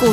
股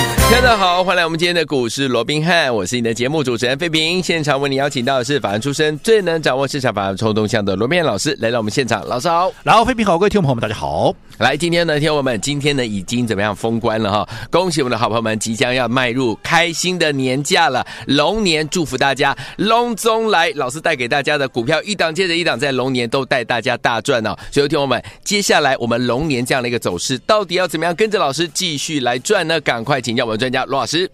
大家好，欢迎来我们今天的股市罗宾汉，我是你的节目主持人费平。现场为你邀请到的是法案出身、最能掌握市场法案冲动向的罗宾汉老师来到我们现场，老师好。然后，飞平好，各位听众朋友们，大家好。来，今天呢，听友们，今天呢已经怎么样封关了哈？恭喜我们的好朋友们，即将要迈入开心的年假了，龙年祝福大家，龙中来！老师带给大家的股票一档接着一档，在龙年都带大家大赚哦。所以，听友们，接下来我们龙年这样的一个走势，到底要怎么样跟着老师继续来赚呢？赶快请教我们专家罗老师。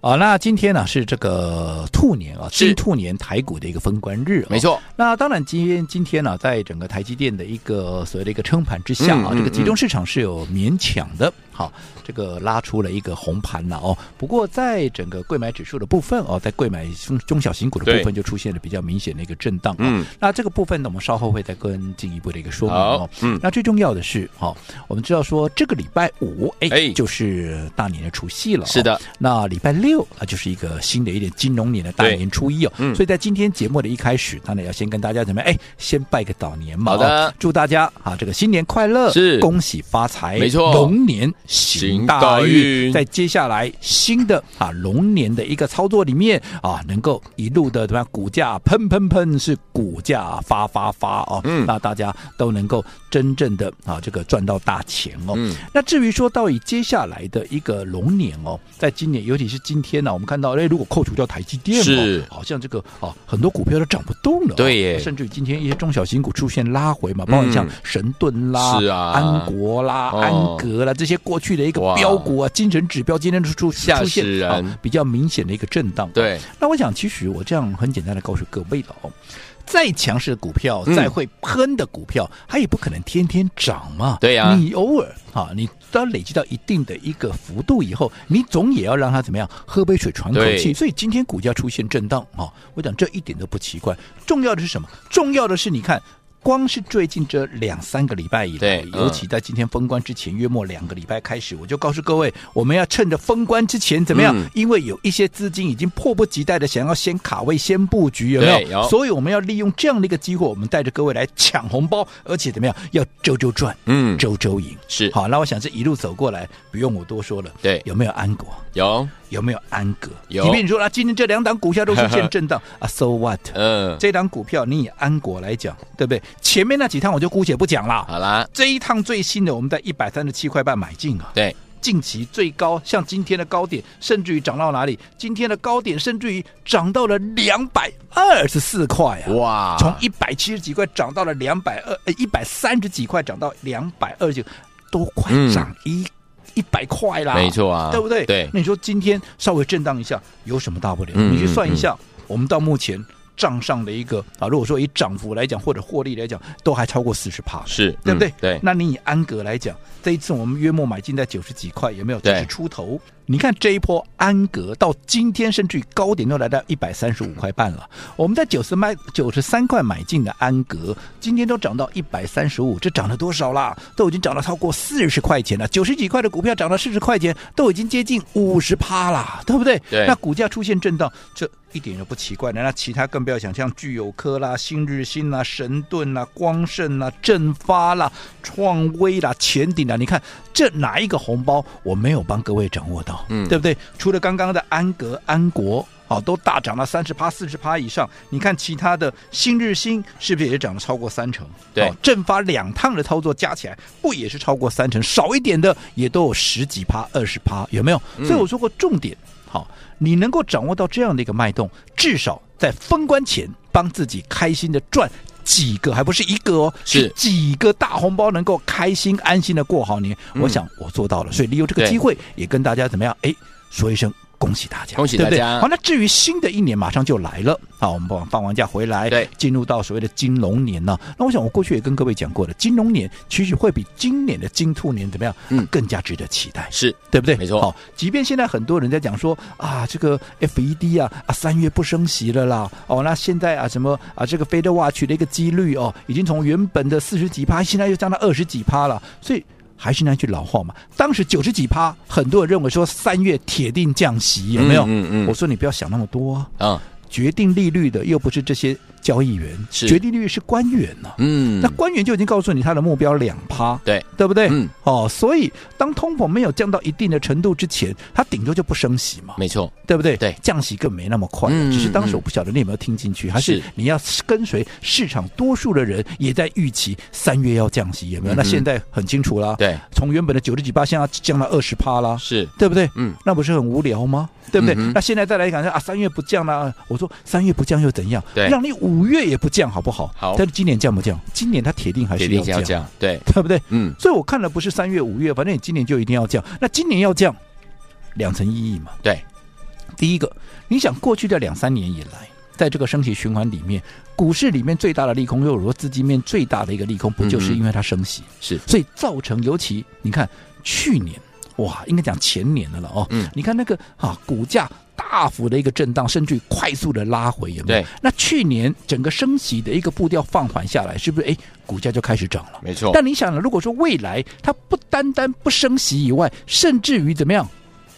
啊，那今天呢、是这个兔年啊，是金兔年台股的一个封关日、啊，没错。那当然，今天今天呢、在整个台积电的一个呃所谓的一个撑盘之下啊，嗯嗯嗯这个集中市场是有勉强的，好，这个拉出了一个红盘了哦。不过在整个贵买指数的部分哦，在贵买中中小型股的部对分就出现了比较明显的一个震荡、啊。嗯，那这个部分呢，我们稍后会再跟进一步的一个说明好哦。，嗯，那最重要的是，哈、我们知道说这个礼拜五，哎，哎就是大年的除夕了、哦是的。那礼拜六啊，就是一个新的一点金融年的大对年初一哦。嗯所以在今天节目的一开始，当然要先跟大家怎么样？哎，先拜个早年嘛。好的哦祝大家啊这个新年快乐，是恭喜发财，没错龙年行行大大运。运在接下来新的啊龙年的一个操作里面啊，能够一路的怎么样？股价喷喷喷，是股价发发发哦。嗯那大家都能够真正的啊这个赚到大钱哦。嗯那至于说到底接下来的一个龙年哦，在今年，尤其是今天呢、我们看到，哎，如果扣除掉台积电、哦，是好像这个啊，很多股票都涨不动了哦、对耶甚至于今天一些中小型股出现拉回嘛，包括像嗯神盾啦、是啊安国啦、哦安格啦这些过去的一个哇标股啊、精神指标，今天都出吓出死现人啊比较明显的一个震荡。对，那我想，其实我这样很简单的告诉各位了哦。再强势的股票，嗯再会喷的股票，它也不可能天天涨嘛。对呀你偶尔啊，你当累积到一定的一个幅度以后，你总也要让它怎么样，喝杯水喘口对气。所以今天股价出现震荡啊，我讲这一点都不奇怪。重要的是什么？重要的是你看。光是最近这两三个礼拜以来对，嗯尤其在今天封关之前，约莫两个礼拜开始，我就告诉各位，我们要趁着封关之前怎么样？嗯因为有一些资金已经迫不及待的想要先卡位、先布局，有没对有？有所以我们要利用这样的一个机会，我们带着各位来抢红包，而且怎么样？要周周赚，嗯，周周赢。是好，那我想这一路走过来，不用我多说了。对有没有安国？有，有没有安格？有即便你说啊，今天这两档股票都出现震荡啊，so what？嗯，这档股票你以安国来讲，对不对？前面那几趟我就姑且不讲了。好啦，这一趟最新的，我们在一百三十七块半买进啊。对，近期最高，像今天的高点，甚至于涨到哪里？今天的高点甚至于涨到了两百二十四块啊！哇，从一百七十几块涨到了两百二，呃，一百三十几块涨到两百二十九，都快嗯涨一一百块啦！没错啊，对不对？对，那你说今天稍微震荡一下，有什么大不了？嗯你去算一下，我们到目前账上的一个啊，如果说以涨幅来讲或者获利来讲，都还超过四十帕，是，对不对？嗯对，那你以安格来讲，这一次我们约莫买进在九十几块，有没有？对九十出头。你看这一波安格到今天甚至于高点都来到一百三十五块半了。我们在九十卖九十三块买进的安格，今天都涨到一百三十五，这涨了多少啦？都已经涨了超过四十块钱了。九十几块的股票涨到四十块钱，都已经接近五十趴啦，对不对？对那股价出现震荡，这一点都不奇怪的。那其他更不要想，像聚友科啦、新日新啦、神盾啦、光盛啦、振发啦、创威啦、前顶啦，你看这哪一个红包我没有帮各位掌握到，嗯对不对？除了刚刚的安格、安国。好，都大涨了三十趴、四十趴以上。你看其他的新日新是不是也涨了超过三成？哦对好振发两趟的操作加起来，不也是超过三成？少一点的也都有十几趴、二十趴，有没有？嗯所以我说过，重点好，你能够掌握到这样的一个脉动，至少在封关前帮自己开心的赚。几个还不是一个哦，是几个大红包能够开心安心的过好年，嗯我想我做到了，所以利用这个对机会也跟大家怎么样？哎，说一声恭喜大家，恭喜对不对大家好，那至于新的一年马上就来了，好，我们放放完假回来，对进入到所谓的金龙年呢、那我想我过去也跟各位讲过了，金龙年其实会比今年的金兔年怎么样，嗯更加值得期待。是对不对？没错好，即便现在很多人在讲说啊，这个 FED 啊啊三月不升息了啦，哦，那现在啊什么啊这个 Fed Watch 的一个几率哦，已经从原本的四十几趴，现在又降到二十几趴了，所以。还是那句老话嘛，当时九十几趴，很多人认为说三月铁定降息，有没有？嗯嗯嗯我说你不要想那么多、啊，嗯决定利率的又不是这些交易员，是决定利率是官员呢、嗯那官员就已经告诉你他的目标两趴，对对不对？嗯，哦，所以当通膨没有降到一定的程度之前，它顶多就不升息嘛，没错，对不对？对降息更没那么快。嗯只是当时嗯我不晓得你有没有听进去，还是是你要跟随市场多数的人也在预期三月要降息，有没有？嗯那现在很清楚啦，对，从原本的九十几趴，现在降到二十趴啦，是对不对？嗯那不是很无聊吗？对不对？嗯哼那现在再来讲说啊，三月不降啦、我说三月不降又怎样？对让你五月也不降，好不好？好但是今年降不降？今年它铁定还铁是定要要降，降，对，对不对？嗯所以我看了不是三月、五月，反正你今年就一定要降。那今年要降，两层意义嘛。对，第一个，你想过去这两三年以来，在这个升息循环里面，股市里面最大的利空，又如资金面最大的一个利空，不就是嗯哼因为它升息？是所以造成尤其你看去年哇，应该讲前年的了哦，嗯你看那个啊股价。大幅的一个震荡，甚至于快速的拉回，有没有对？那去年整个升息的一个步调放缓下来，是不是？哎，股价就开始涨了。没错，但你想了，如果说未来它不单单不升息以外，甚至于怎么样，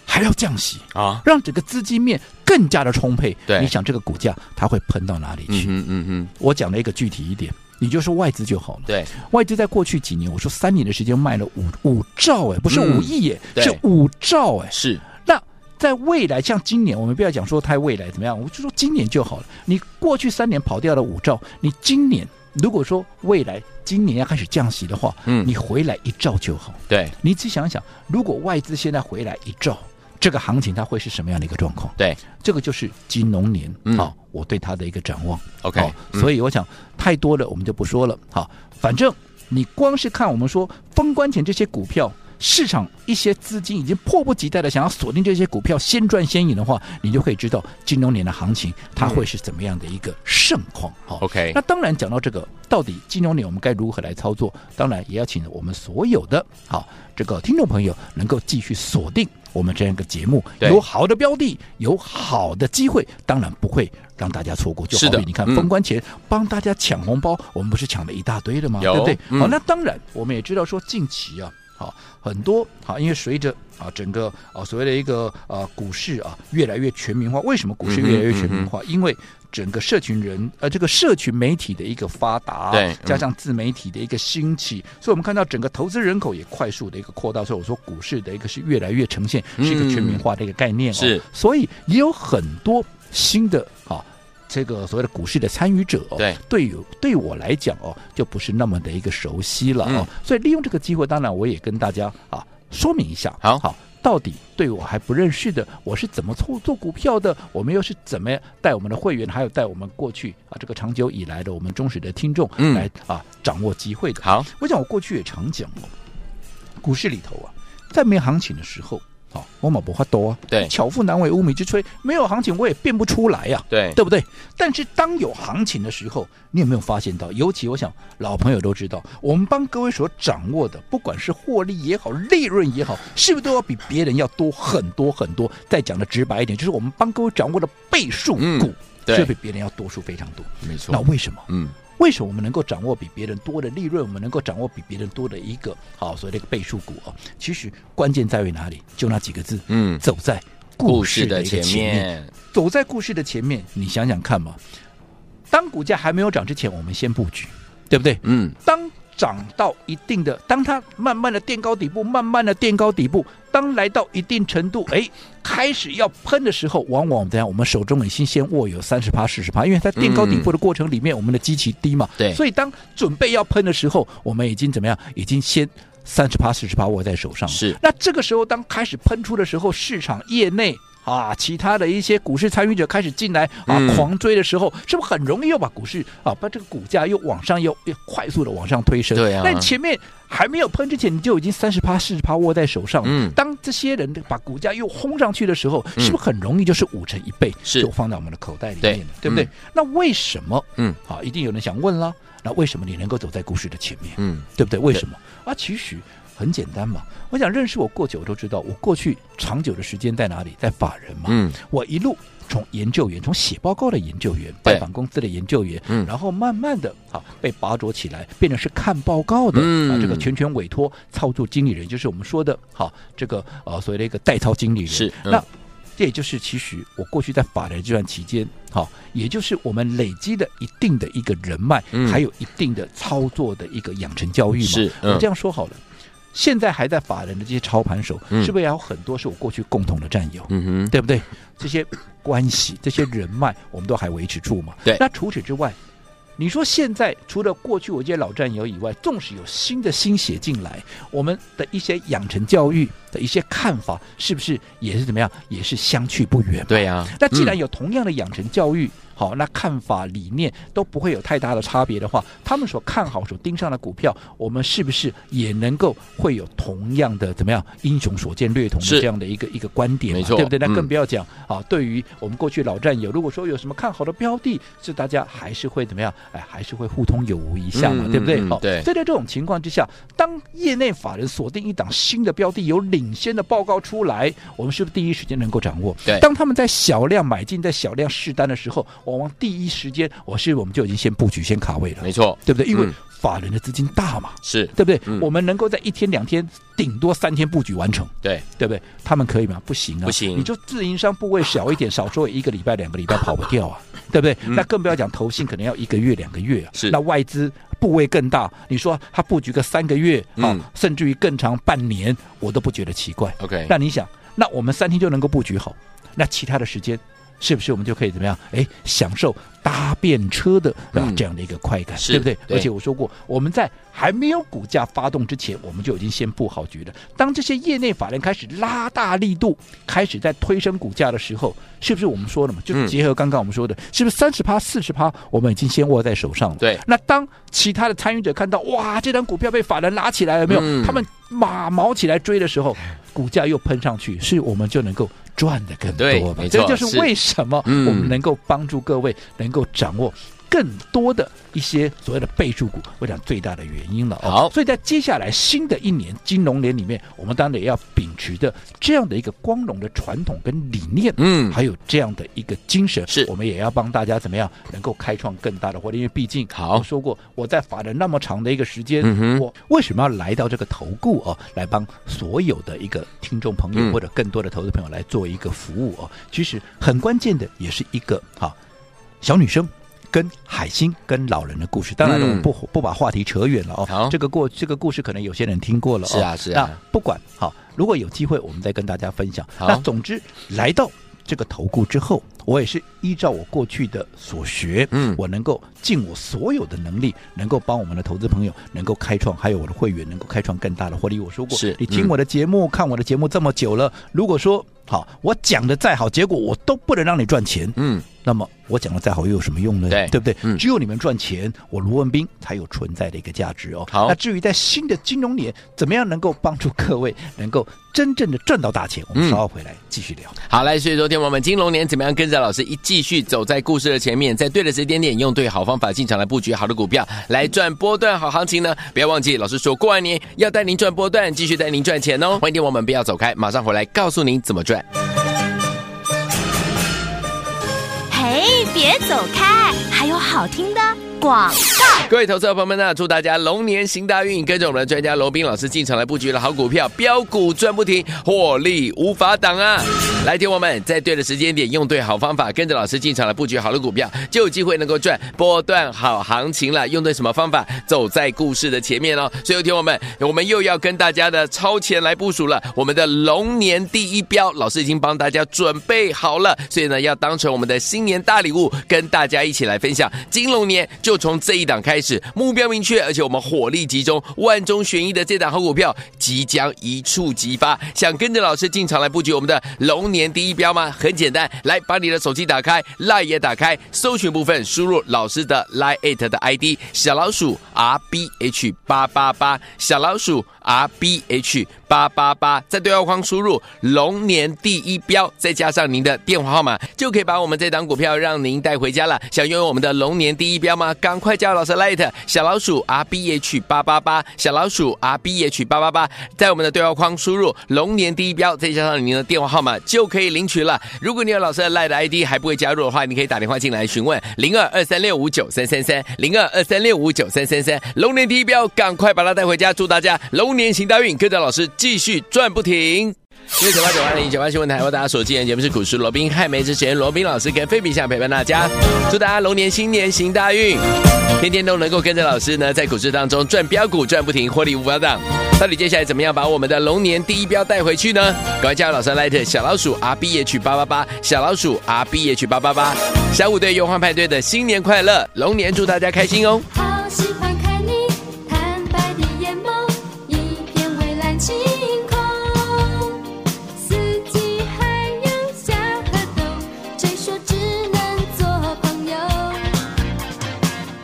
还要降息，啊，让整个资金面更加的充沛，对你想这个股价它会喷到哪里嗯去？哼嗯哼，我讲了一个具体一点，你就说外资就好了。对，外资在过去几年，我说三年的时间卖了五五兆，哎，不是嗯五亿，哎、对是五兆，哎。是那在未来，像今年，我们不要讲说太未来怎么样，我就说今年就好了。你过去三年跑掉了五兆，你今年如果说未来今年要开始降息的话，嗯你回来一兆就好。对你只想想，如果外资现在回来一兆，这个行情它会是什么样的一个状况？对这个就是金融年好、嗯好我对它的一个展望。 ，OK，好嗯哦所以我想太多了，我们就不说了。好，反正你光是看我们说封关前这些股票。市场一些资金已经迫不及待的想要锁定这些股票，先赚先赢的话，你就可以知道金融年的行情它会是怎么样的一个盛况。好 OK 那当然讲到这个，到底金融年我们该如何来操作？当然也要请我们所有的好这个听众朋友能够继续锁定我们这样一个节目，对有好的标的，有好的机会，当然不会让大家错过。就是好的比你看嗯封关前帮大家抢红包，我们不是抢了一大堆的吗？有对不对？嗯好，那当然我们也知道说近期啊。好，很多好，因为随着啊整个啊所谓的一个啊股市啊越来越全民化，为什么股市越来嗯越全民化？因为整个社群人呃这个社群媒体的一个发达，对嗯加上自媒体的一个兴起，所以我们看到整个投资人口也快速的一个扩大，所以我说股市的一个是越来越呈现是一个全民化的一个概念、哦，嗯是，所以也有很多新的啊。这个所谓的股市的参与者、哦，对对有对我来讲哦，就不是那么的一个熟悉了嗯哦，所以利用这个机会，当然我也跟大家啊说明一下，好好，到底对我还不认识的，我是怎么操做股票的，我们又是怎么带我们的会员，还有带我们过去啊这个长久以来的我们忠实的听众嗯来、啊掌握机会的。好，我想我过去也常讲哦，股市里头啊，在没行情的时候，好、我马不花多啊，对巧妇难为无米之炊，没有行情我也变不出来呀、对对不对？但是当有行情的时候，你有没有发现到？尤其我想老朋友都知道，我们帮各位所掌握的，不管是获利也好，利润也好，是不是都要比别人要多很多很多？再讲的直白一点，就是我们帮各位掌握的倍数嗯股，对是比别人要多数非常多。没那错，为什么？嗯为什么我们能够掌握比别人多的利润？我们能够掌握比别人多的一个好所谓的一个倍数股啊？其实关键在于哪里？就那几个字，嗯，走在故故事事的的一个前前面。面，走在故事的前面，你想想看嘛，当股价还没有涨之前，我们先布局，对不对？嗯当涨到一定的，当它慢慢的垫高底部，慢慢的垫高底部，当来到一定程度，哎，开始要喷的时候，往往怎样？我们手中已经先握有三十趴、四十趴，因为它垫高底部的过程里面，我们的基期低嘛，对所以当准备要喷的时候，我们已经怎么样？已经先。三十趴、四十趴握在手上了是那这个时候，当开始喷出的时候，市场业内啊，其他的一些股市参与者开始进来啊，嗯狂追的时候，是不是很容易又把股市啊，把这个股价又往上又又快速的往上推升？对啊那你前面还没有喷之前，你就已经三十趴、四十趴握在手上了。嗯当这些人把股价又轰上去的时候，嗯是不是很容易就是五成一倍是就放到我们的口袋里面了，对对不对？嗯那为什么？嗯啊，一定有人想问了，那为什么你能够走在股市的前面？嗯，对不对？为什么啊？其实很简单嘛。我想认识我过久，我都知道我过去长久的时间在哪里，在法人嘛。嗯，我一路从研究员，从写报告的研究员，对拜访公司的研究员，嗯然后慢慢的啊被拔擢起来，变成是看报告的、嗯啊这个全权委托操作经理人，就是我们说的好、这个呃所谓的一个代操经理人。是嗯那这也就是其实我过去在法人这段期间，好、也就是我们累积了一定的一个人脉，嗯还有一定的操作的一个养成教育嘛。是嗯我这样说好了。现在还在法人的这些操盘手，嗯是不是也有很多是我过去共同的战友？嗯哼，对不对？这些关系、这些人脉，我们都还维持住嘛？对那除此之外，你说现在除了过去我这些老战友以外，纵使有新的新血进来，我们的一些养成教育的一些看法，是不是也是怎么样？也是相去不远嘛？对呀、那既然嗯有同样的养成教育，好，那看法理念都不会有太大的差别的话，他们所看好、所盯上的股票，我们是不是也能够会有同样的怎么样英雄所见略同的是这样的一个一个观点嘛？没错对不对？那嗯更不要讲、啊，对于我们过去老战友，如果说有什么看好的标的，是大家还是会怎么样？哎，还是会互通有无一下嘛，嗯对不对？嗯嗯好、对所以在这种情况之下，当业内法人锁定一档新的标的有领先的报告出来，我们是不是第一时间能够掌握？对当他们在小量买进、在小量试单的时候，往往第一时间，我是不是我们就已经先布局、先卡位了，没错，对不对？因为嗯法人的资金大嘛，是对不对？嗯我们能够在一天、两天，顶多三天布局完成，对，对不对？他们可以吗？不行啊，不行你就自营商部位小 一点，少说也一个礼拜、两个礼拜跑不掉啊，对不对？那更不要讲投信，可能要一个月、两个月啊。嗯是那外资部位更大，你说他布局个三个月啊，嗯甚至于更长半年，我都不觉得奇怪。 OK，那你想，那我们三天就能够布局好，那其他的时间是不是我们就可以怎么样？哎，享受搭便车的啊、嗯这样的一个快感，是对不对？对而且我说过，我们在还没有股价发动之前，我们就已经先布好局了。当这些业内法人开始拉大力度，开始在推升股价的时候，是不是我们说了嘛？就嗯结合刚刚我们说的，是不是三十趴、四十趴，我们已经先握在手上了？对那当其他的参与者看到哇，这张股票被法人拉起来了没有？嗯哎他们马毛起来追的时候，股价又喷上去，是我们就能够赚的更对多嘛没？这错就是是为什么我嗯们能够帮助各位能够掌握。更多的一些所谓的倍数股，我想最大的原因了哦。好所以在接下来新的一年金融年里面，我们当然也要秉持着这样的一个光荣的传统跟理念，嗯还有这样的一个精神，是我们也要帮大家怎么样能够开创更大的获利。因为毕竟，好我说过我在法人那么长的一个时间，嗯哼我为什么要来到这个投顾哦，来帮所有的一个听众朋嗯友或者更多的投资朋友来做一个服务哦？其实很关键的也是一个哈、小女生。跟海星跟老人的故事，当然了，嗯我们不、不把话题扯远了好哦。这个过这个故事可能有些人听过了哦。是啊是啊那不管好，如果有机会，我们再跟大家分享。好那总之，来到这个投顾之后，我也是依照我过去的所学，嗯我能够尽我所有的能力，能够帮我们的投资朋友能够开创，还有我的会员能够开创更大的获利。我说过，是你听嗯我的节目，看我的节目这么久了，如果说好，我讲的再好，结果我都不能让你赚钱，嗯那么我讲的再好又有什么用呢？对对不对？嗯只有你们赚钱，我卢文斌才有存在的一个价值哦。好那至于在新的金融年，怎么样能够帮助各位能够真正的赚到大钱？我嗯们稍后回来继续聊。好，来，所以说，天王们，金龙年怎么样跟着老师一继续走在故事的前面，在对的时间点，用对好方法进场来布局好的股票，来赚波段好行情呢？不要忘记，老师说过完年要带您赚波段，继续带您赚钱哦。欢迎天王们不要走开，马上回来告诉您怎么赚。嘿，别走开，还有好听的广。 各位投资者朋友们呢，祝大家龙年行大运！跟着我们的专家罗斌老师进场来布局了好股票，标股赚不停，获利无法挡啊！来，听我们在对的时间点，用对好方法，跟着老师进场来布局好的股票，就有机会能够赚波段好行情了。用对什么方法，走在故事的前面哦。所以，听我们，我们又要跟大家的超前来部署了。我们的龙年第一标，老师已经帮大家准备好了，所以呢，要当成我们的新年大礼物，跟大家一起来分享。金龙年就从这一档开始，目标明确，而且我们火力集中，万中选一的这档好股票即将一触即发。想跟着老师进场来布局我们的龙年。年第一标吗？很简单，来把你的手机打开，Line 也打开，搜寻部分输入老师的 E Line it 的 ID 小老鼠 R B H 八八八，小老鼠 R B H 八八八，在对话框输入龙年第一标，再加上您的电话号码，就可以把我们这档股票让您带回家了。想拥有我们的龙年第一标吗？赶快加入老师 Light 小老鼠 R B H 八八八，小老鼠 R B H 八八八，在我们的对话框输入龙年第一标，再加上您的电话号码，就可以领取了。如果你有老师的 Light 的 ID 还不会加入的话，你可以打电话进来询问零二二三六五九三三三零二二三六五九三三三，龙年第一标，赶快把它带回家，祝大家龙年行大运，跟着老师继续赚不停。六九八九二零九八新闻台为大家所进行的节目是股市罗宾汉梅之前，罗宾老师跟费比相陪伴大家，祝大家龙年新年行大运，天天都能够跟着老师呢，在股市当中赚标股赚不停，获利无法挡。到底接下来怎么样把我们的龙年第一标带回去呢？赶快加入老师的 Light 小老鼠 R B H 八八八，小老鼠 R B H 八八八，小虎队忧欢派对的新年快乐，龙年祝大家开心哦！好喜欢看你坦白的眼眸，一片蔚蓝晴空。四季海洋夏和冬，谁说只能做朋友？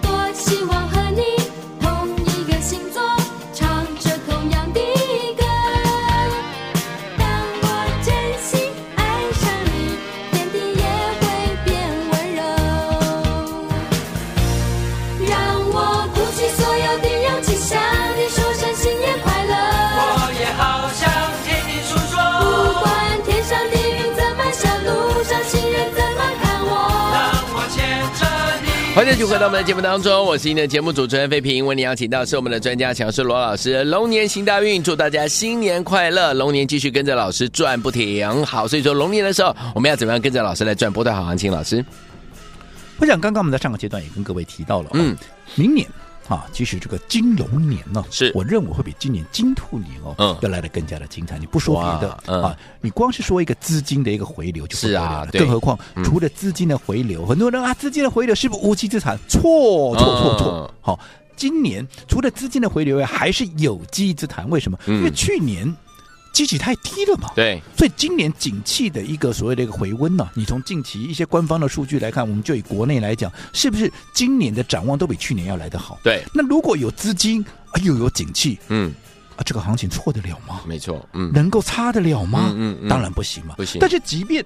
多希望和你同一个星座，唱着同样的歌。当我真心爱上你，天地也会变温柔。让我鼓起所有的勇气，向你说声新年快乐。我也好想听你诉不说，管天上的云怎么下，路上行人怎么看我。让我牵着你。欢迎继续回到我们的节目当中，我是您的节目主持人费平，为您邀请到是我们的专家强势罗老师。龙年行大运，祝大家新年快乐！龙年继续跟着老师转不停。好，所以说龙年的时候，我们要怎么样跟着老师来转波段好行情？老师，我想刚刚我们在上个阶段也跟各位提到了，嗯嗯，明年啊，其实这个金龙年呢、是我认为会比今年金兔年哦，嗯要来的更加的精彩。你不说别哇的、嗯啊，你光是说一个资金的一个回流就不得了是啊了对更何况、嗯除了资金的回流，很多人啊，资金的回流是不是无稽之谈？错错错嗯错，好、今年除了资金的回流以外，还是有机之谈。为什么？嗯因为去年基期太低了嘛。对，所以今年景气的一个所谓的一个回温呢、你从近期一些官方的数据来看，我们就以国内来讲，是不是今年的展望都比去年要来得好？对，那如果有资金啊又有景气嗯，啊，这个行情错得了吗？没错，嗯，能够差得了吗？嗯嗯嗯当然不行嘛，不行但是即便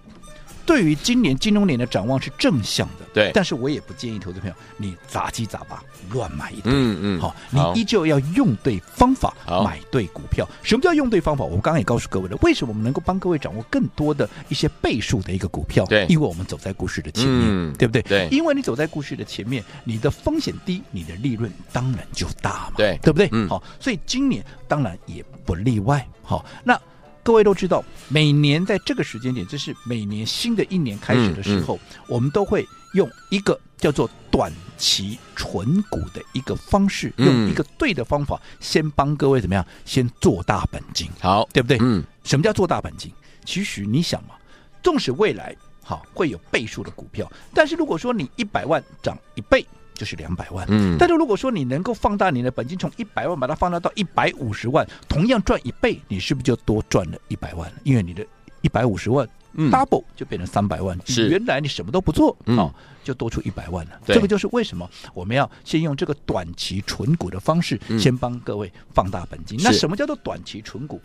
对于今年金融年的展望是正向的，对但是我也不建议投资朋友你杂七杂八乱买一堆。嗯嗯好，你依旧要用对方法好，买对股票。什么叫用对方法？我刚刚也告诉各位了，为什么我们能够帮各位掌握更多的一些倍数的一个股票？对因为我们走在股市的前面，嗯对不对？对因为你走在股市的前面，你的风险低，你的利润当然就大嘛，对对不对？嗯好，所以今年当然也不例外。好，那。各位都知道，每年在这个时间点，就是每年新的一年开始的时候，我们都会用一个叫做短期存股的一个方式，嗯用一个对的方法，先帮各位怎么样，先做大本金，好，对不对？嗯，什么叫做大本金？其实你想嘛，纵使未来好会有倍数的股票，但是如果说你一百万涨一倍，就是两百万。嗯但是如果说你能够放大你的本金，从一百万把它放大到一百五十万，同样赚一倍，你是不是就多赚了一百万了？因为你的一百五十万嗯 double 就变成三百万，是原来你什么都不做，嗯哦，就多出一百万了。对这个就是为什么我们要先用这个短期存股的方式，嗯先帮各位放大本金。那是什么叫做短期存股？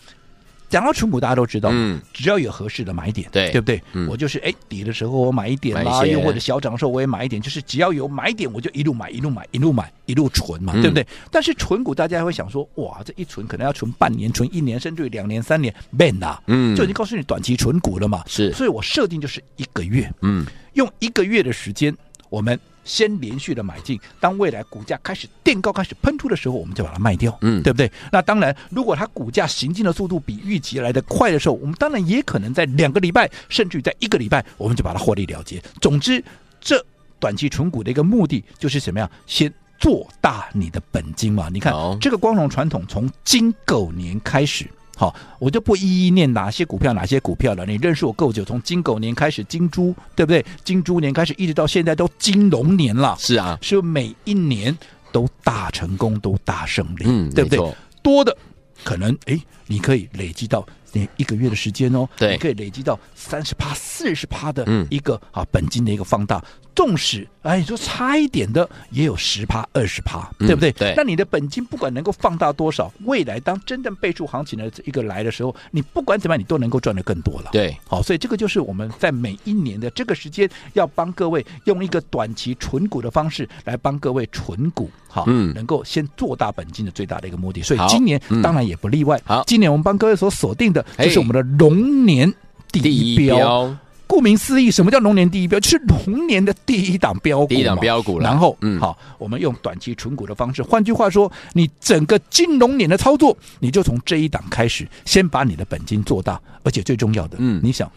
讲到存股，大家都知道，嗯只要有合适的买点，对对不对？嗯我就是哎底的时候我买一点买啦，一些又或者小涨的时候我也买一点，就是只要有买点我就一路买，一路买，一路买，一路存嘛，嗯对不对？但是存股大家会想说，哇，这一存可能要存半年、存一年，甚至于两年、三年，man 呐，嗯就已经告诉你短期存股了嘛，是所以我设定就是一个月，嗯，用一个月的时间，我们先连续的买进，当未来股价开始垫高、开始喷出的时候，我们就把它卖掉，嗯对不对？那当然，如果它股价行进的速度比预期来的快的时候，我们当然也可能在两个礼拜，甚至于在一个礼拜，我们就把它获利了结。总之，这短期存股的一个目的就是什么呀？先。做大你的本金嘛？你看好这个光荣传统从金狗年开始，好，我就不一一念哪些股票哪些股票了。你认识我够久，从金狗年开始，金猪对不对？金猪年开始，一直到现在都金龙年了，是啊，是不是每一年都大成功，都大胜利，嗯对不没对错？多的可能哎，你可以累积到你一个月的时间哦，对你可以累积到三十趴、四十趴的嗯一个、啊本金的一个放大。纵使哎，你说差一点的也有十趴、二十趴，嗯对不对？对那你的本金不管能够放大多少，未来当真正倍数行情的一个来的时候，你不管怎么样，你都能够赚得更多了。对，好，所以这个就是我们在每一年的这个时间，要帮各位用一个短期存股的方式来帮各位存股，好，嗯能够先做大本金的最大的一个目的。所以好今年嗯当然也不例外。好今年我们帮各位所锁定的哎就是我们的龙年第第一一标。标，顾名思义，什么叫龙年第一标？就是龙年的第一档标股嘛，第一档标股啦然后，嗯好，我们用短期存股的方式，换句话说，你整个金龙年的操作，你就从这一档开始，先把你的本金做大，而且最重要的，嗯你想，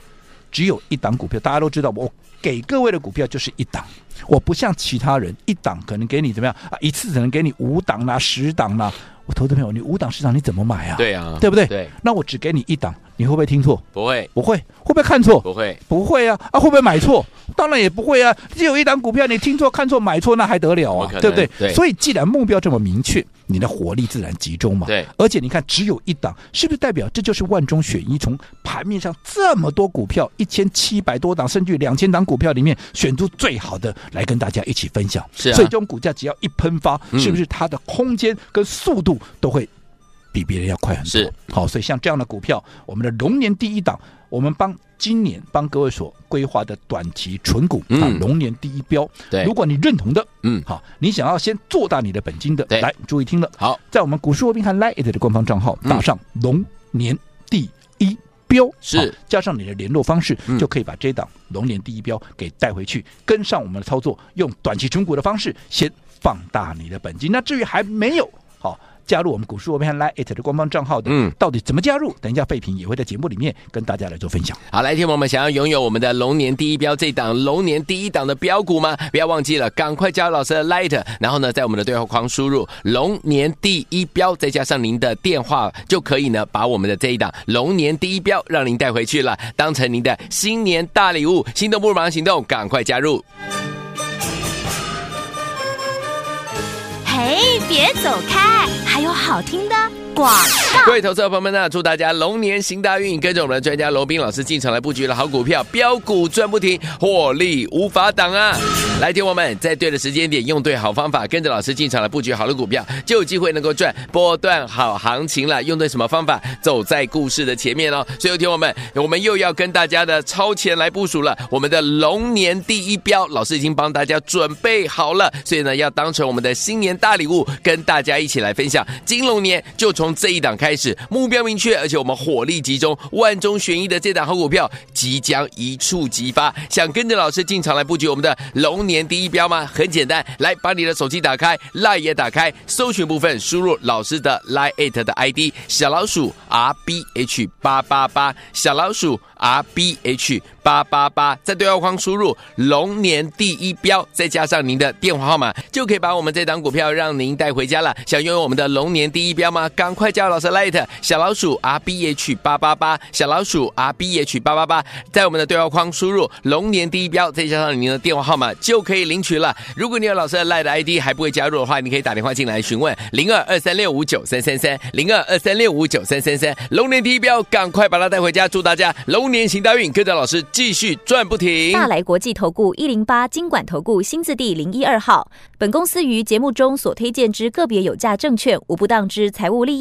只有一档股票，大家都知道，我给各位的股票就是一档。我不像其他人，一档可能给你怎么样啊？一次只能给你五档啦、十档啦。我投资朋友，你五档、十档你怎么买啊？，对啊，对不对？对，那我只给你一档，你会不会听错？不会，不会，会不会看错？不会，不会啊，啊会不会买错？当然也不会啊，只有一档股票你听错、看错、买错，那还得了不啊可能，对不对？对所以既然目标这么明确，你的火力自然集中嘛。对而且你看只有一档，是不是代表这就是万中选一？从盘面上这么多股票，一千七百多档，甚至两千档股票里面选出最好的来跟大家一起分享。是啊所以这种股价只要一喷发，嗯是不是它的空间跟速度都会比别人要快很多。是好，所以像这样的股票，我们的龙年第一档，我们帮今年帮各位所规划的短期纯股、嗯啊，龙年第一标。对如果你认同的，嗯，好，你想要先做大你的本金的，对来注意听了，好，在我们股市罗宾汉 Lite 的官方账号嗯打上龙年第一标，是好加上你的联络方式，嗯就可以把这档龙年第一标给带回去，跟上我们的操作，用短期存股的方式先放大你的本金。那至于还没有好。加入我们股市罗宾汉 Lite 的官方账号的，嗯到底怎么加入？等一下费平也会在节目里面跟大家来做分享。好，来，听我们想要拥有我们的龙年第一标这档龙年第一档的标股吗？不要忘记了，赶快加入老师的 Light，然后呢，在我们的对话框输入“龙年第一标”，再加上您的电话，就可以呢把我们的这一档龙年第一标让您带回去了，当成您的新年大礼物。心动不如马上行动，赶快加入！嘿，别走开，还有好听的广告。各位投资者朋友们呢，祝大家龙年行大运！跟着我们的专家罗斌老师进场来布局了好股票，标股赚不停，获利无法挡啊！来，听我们在对的时间点，用对好方法，跟着老师进场来布局好的股票，就有机会能够赚波段好行情了。用对什么方法，走在故事的前面哦。所以，听我们，我们又要跟大家的超前来部署了，我们的龙年第一标，老师已经帮大家准备好了，所以呢，要当成我们的新年大礼物，跟大家一起来分享。金龙年就从这一档开始，目标明确，而且我们火力集中，万中选一的这档好股票即将一触即发。想跟着老师进场来布局我们的龙年第一标吗？很简单，来把你的手机打开，Line 也打开，搜寻部分输入老师的 Line it 的 ID 小老鼠 R B H 八八八，小老鼠 R B H 八八八，在对话框输入龙年第一标，再加上您的电话号码，就可以把我们这档股票让您带回家了。想拥有我们的龙年第一标吗？赶快加入老师 Light 小老鼠 R B H 八八八，小老鼠 R B H 八八八，在我们的对话框输入龙年第一标，再加上您的电话号码，就可以领取了。如果你有老师的 Light 的 ID 还不会加入的话，你可以打电话进来询问零二二三六五九三三三零二二三六五九三三三。龙年第一标，赶快把它带回家，祝大家龙年行大运，跟着老师继续赚不停。大来国际投顾一零八金管投顾新字第零一二号。本公司于节目中所推荐之个别有价证券，无不当之财务利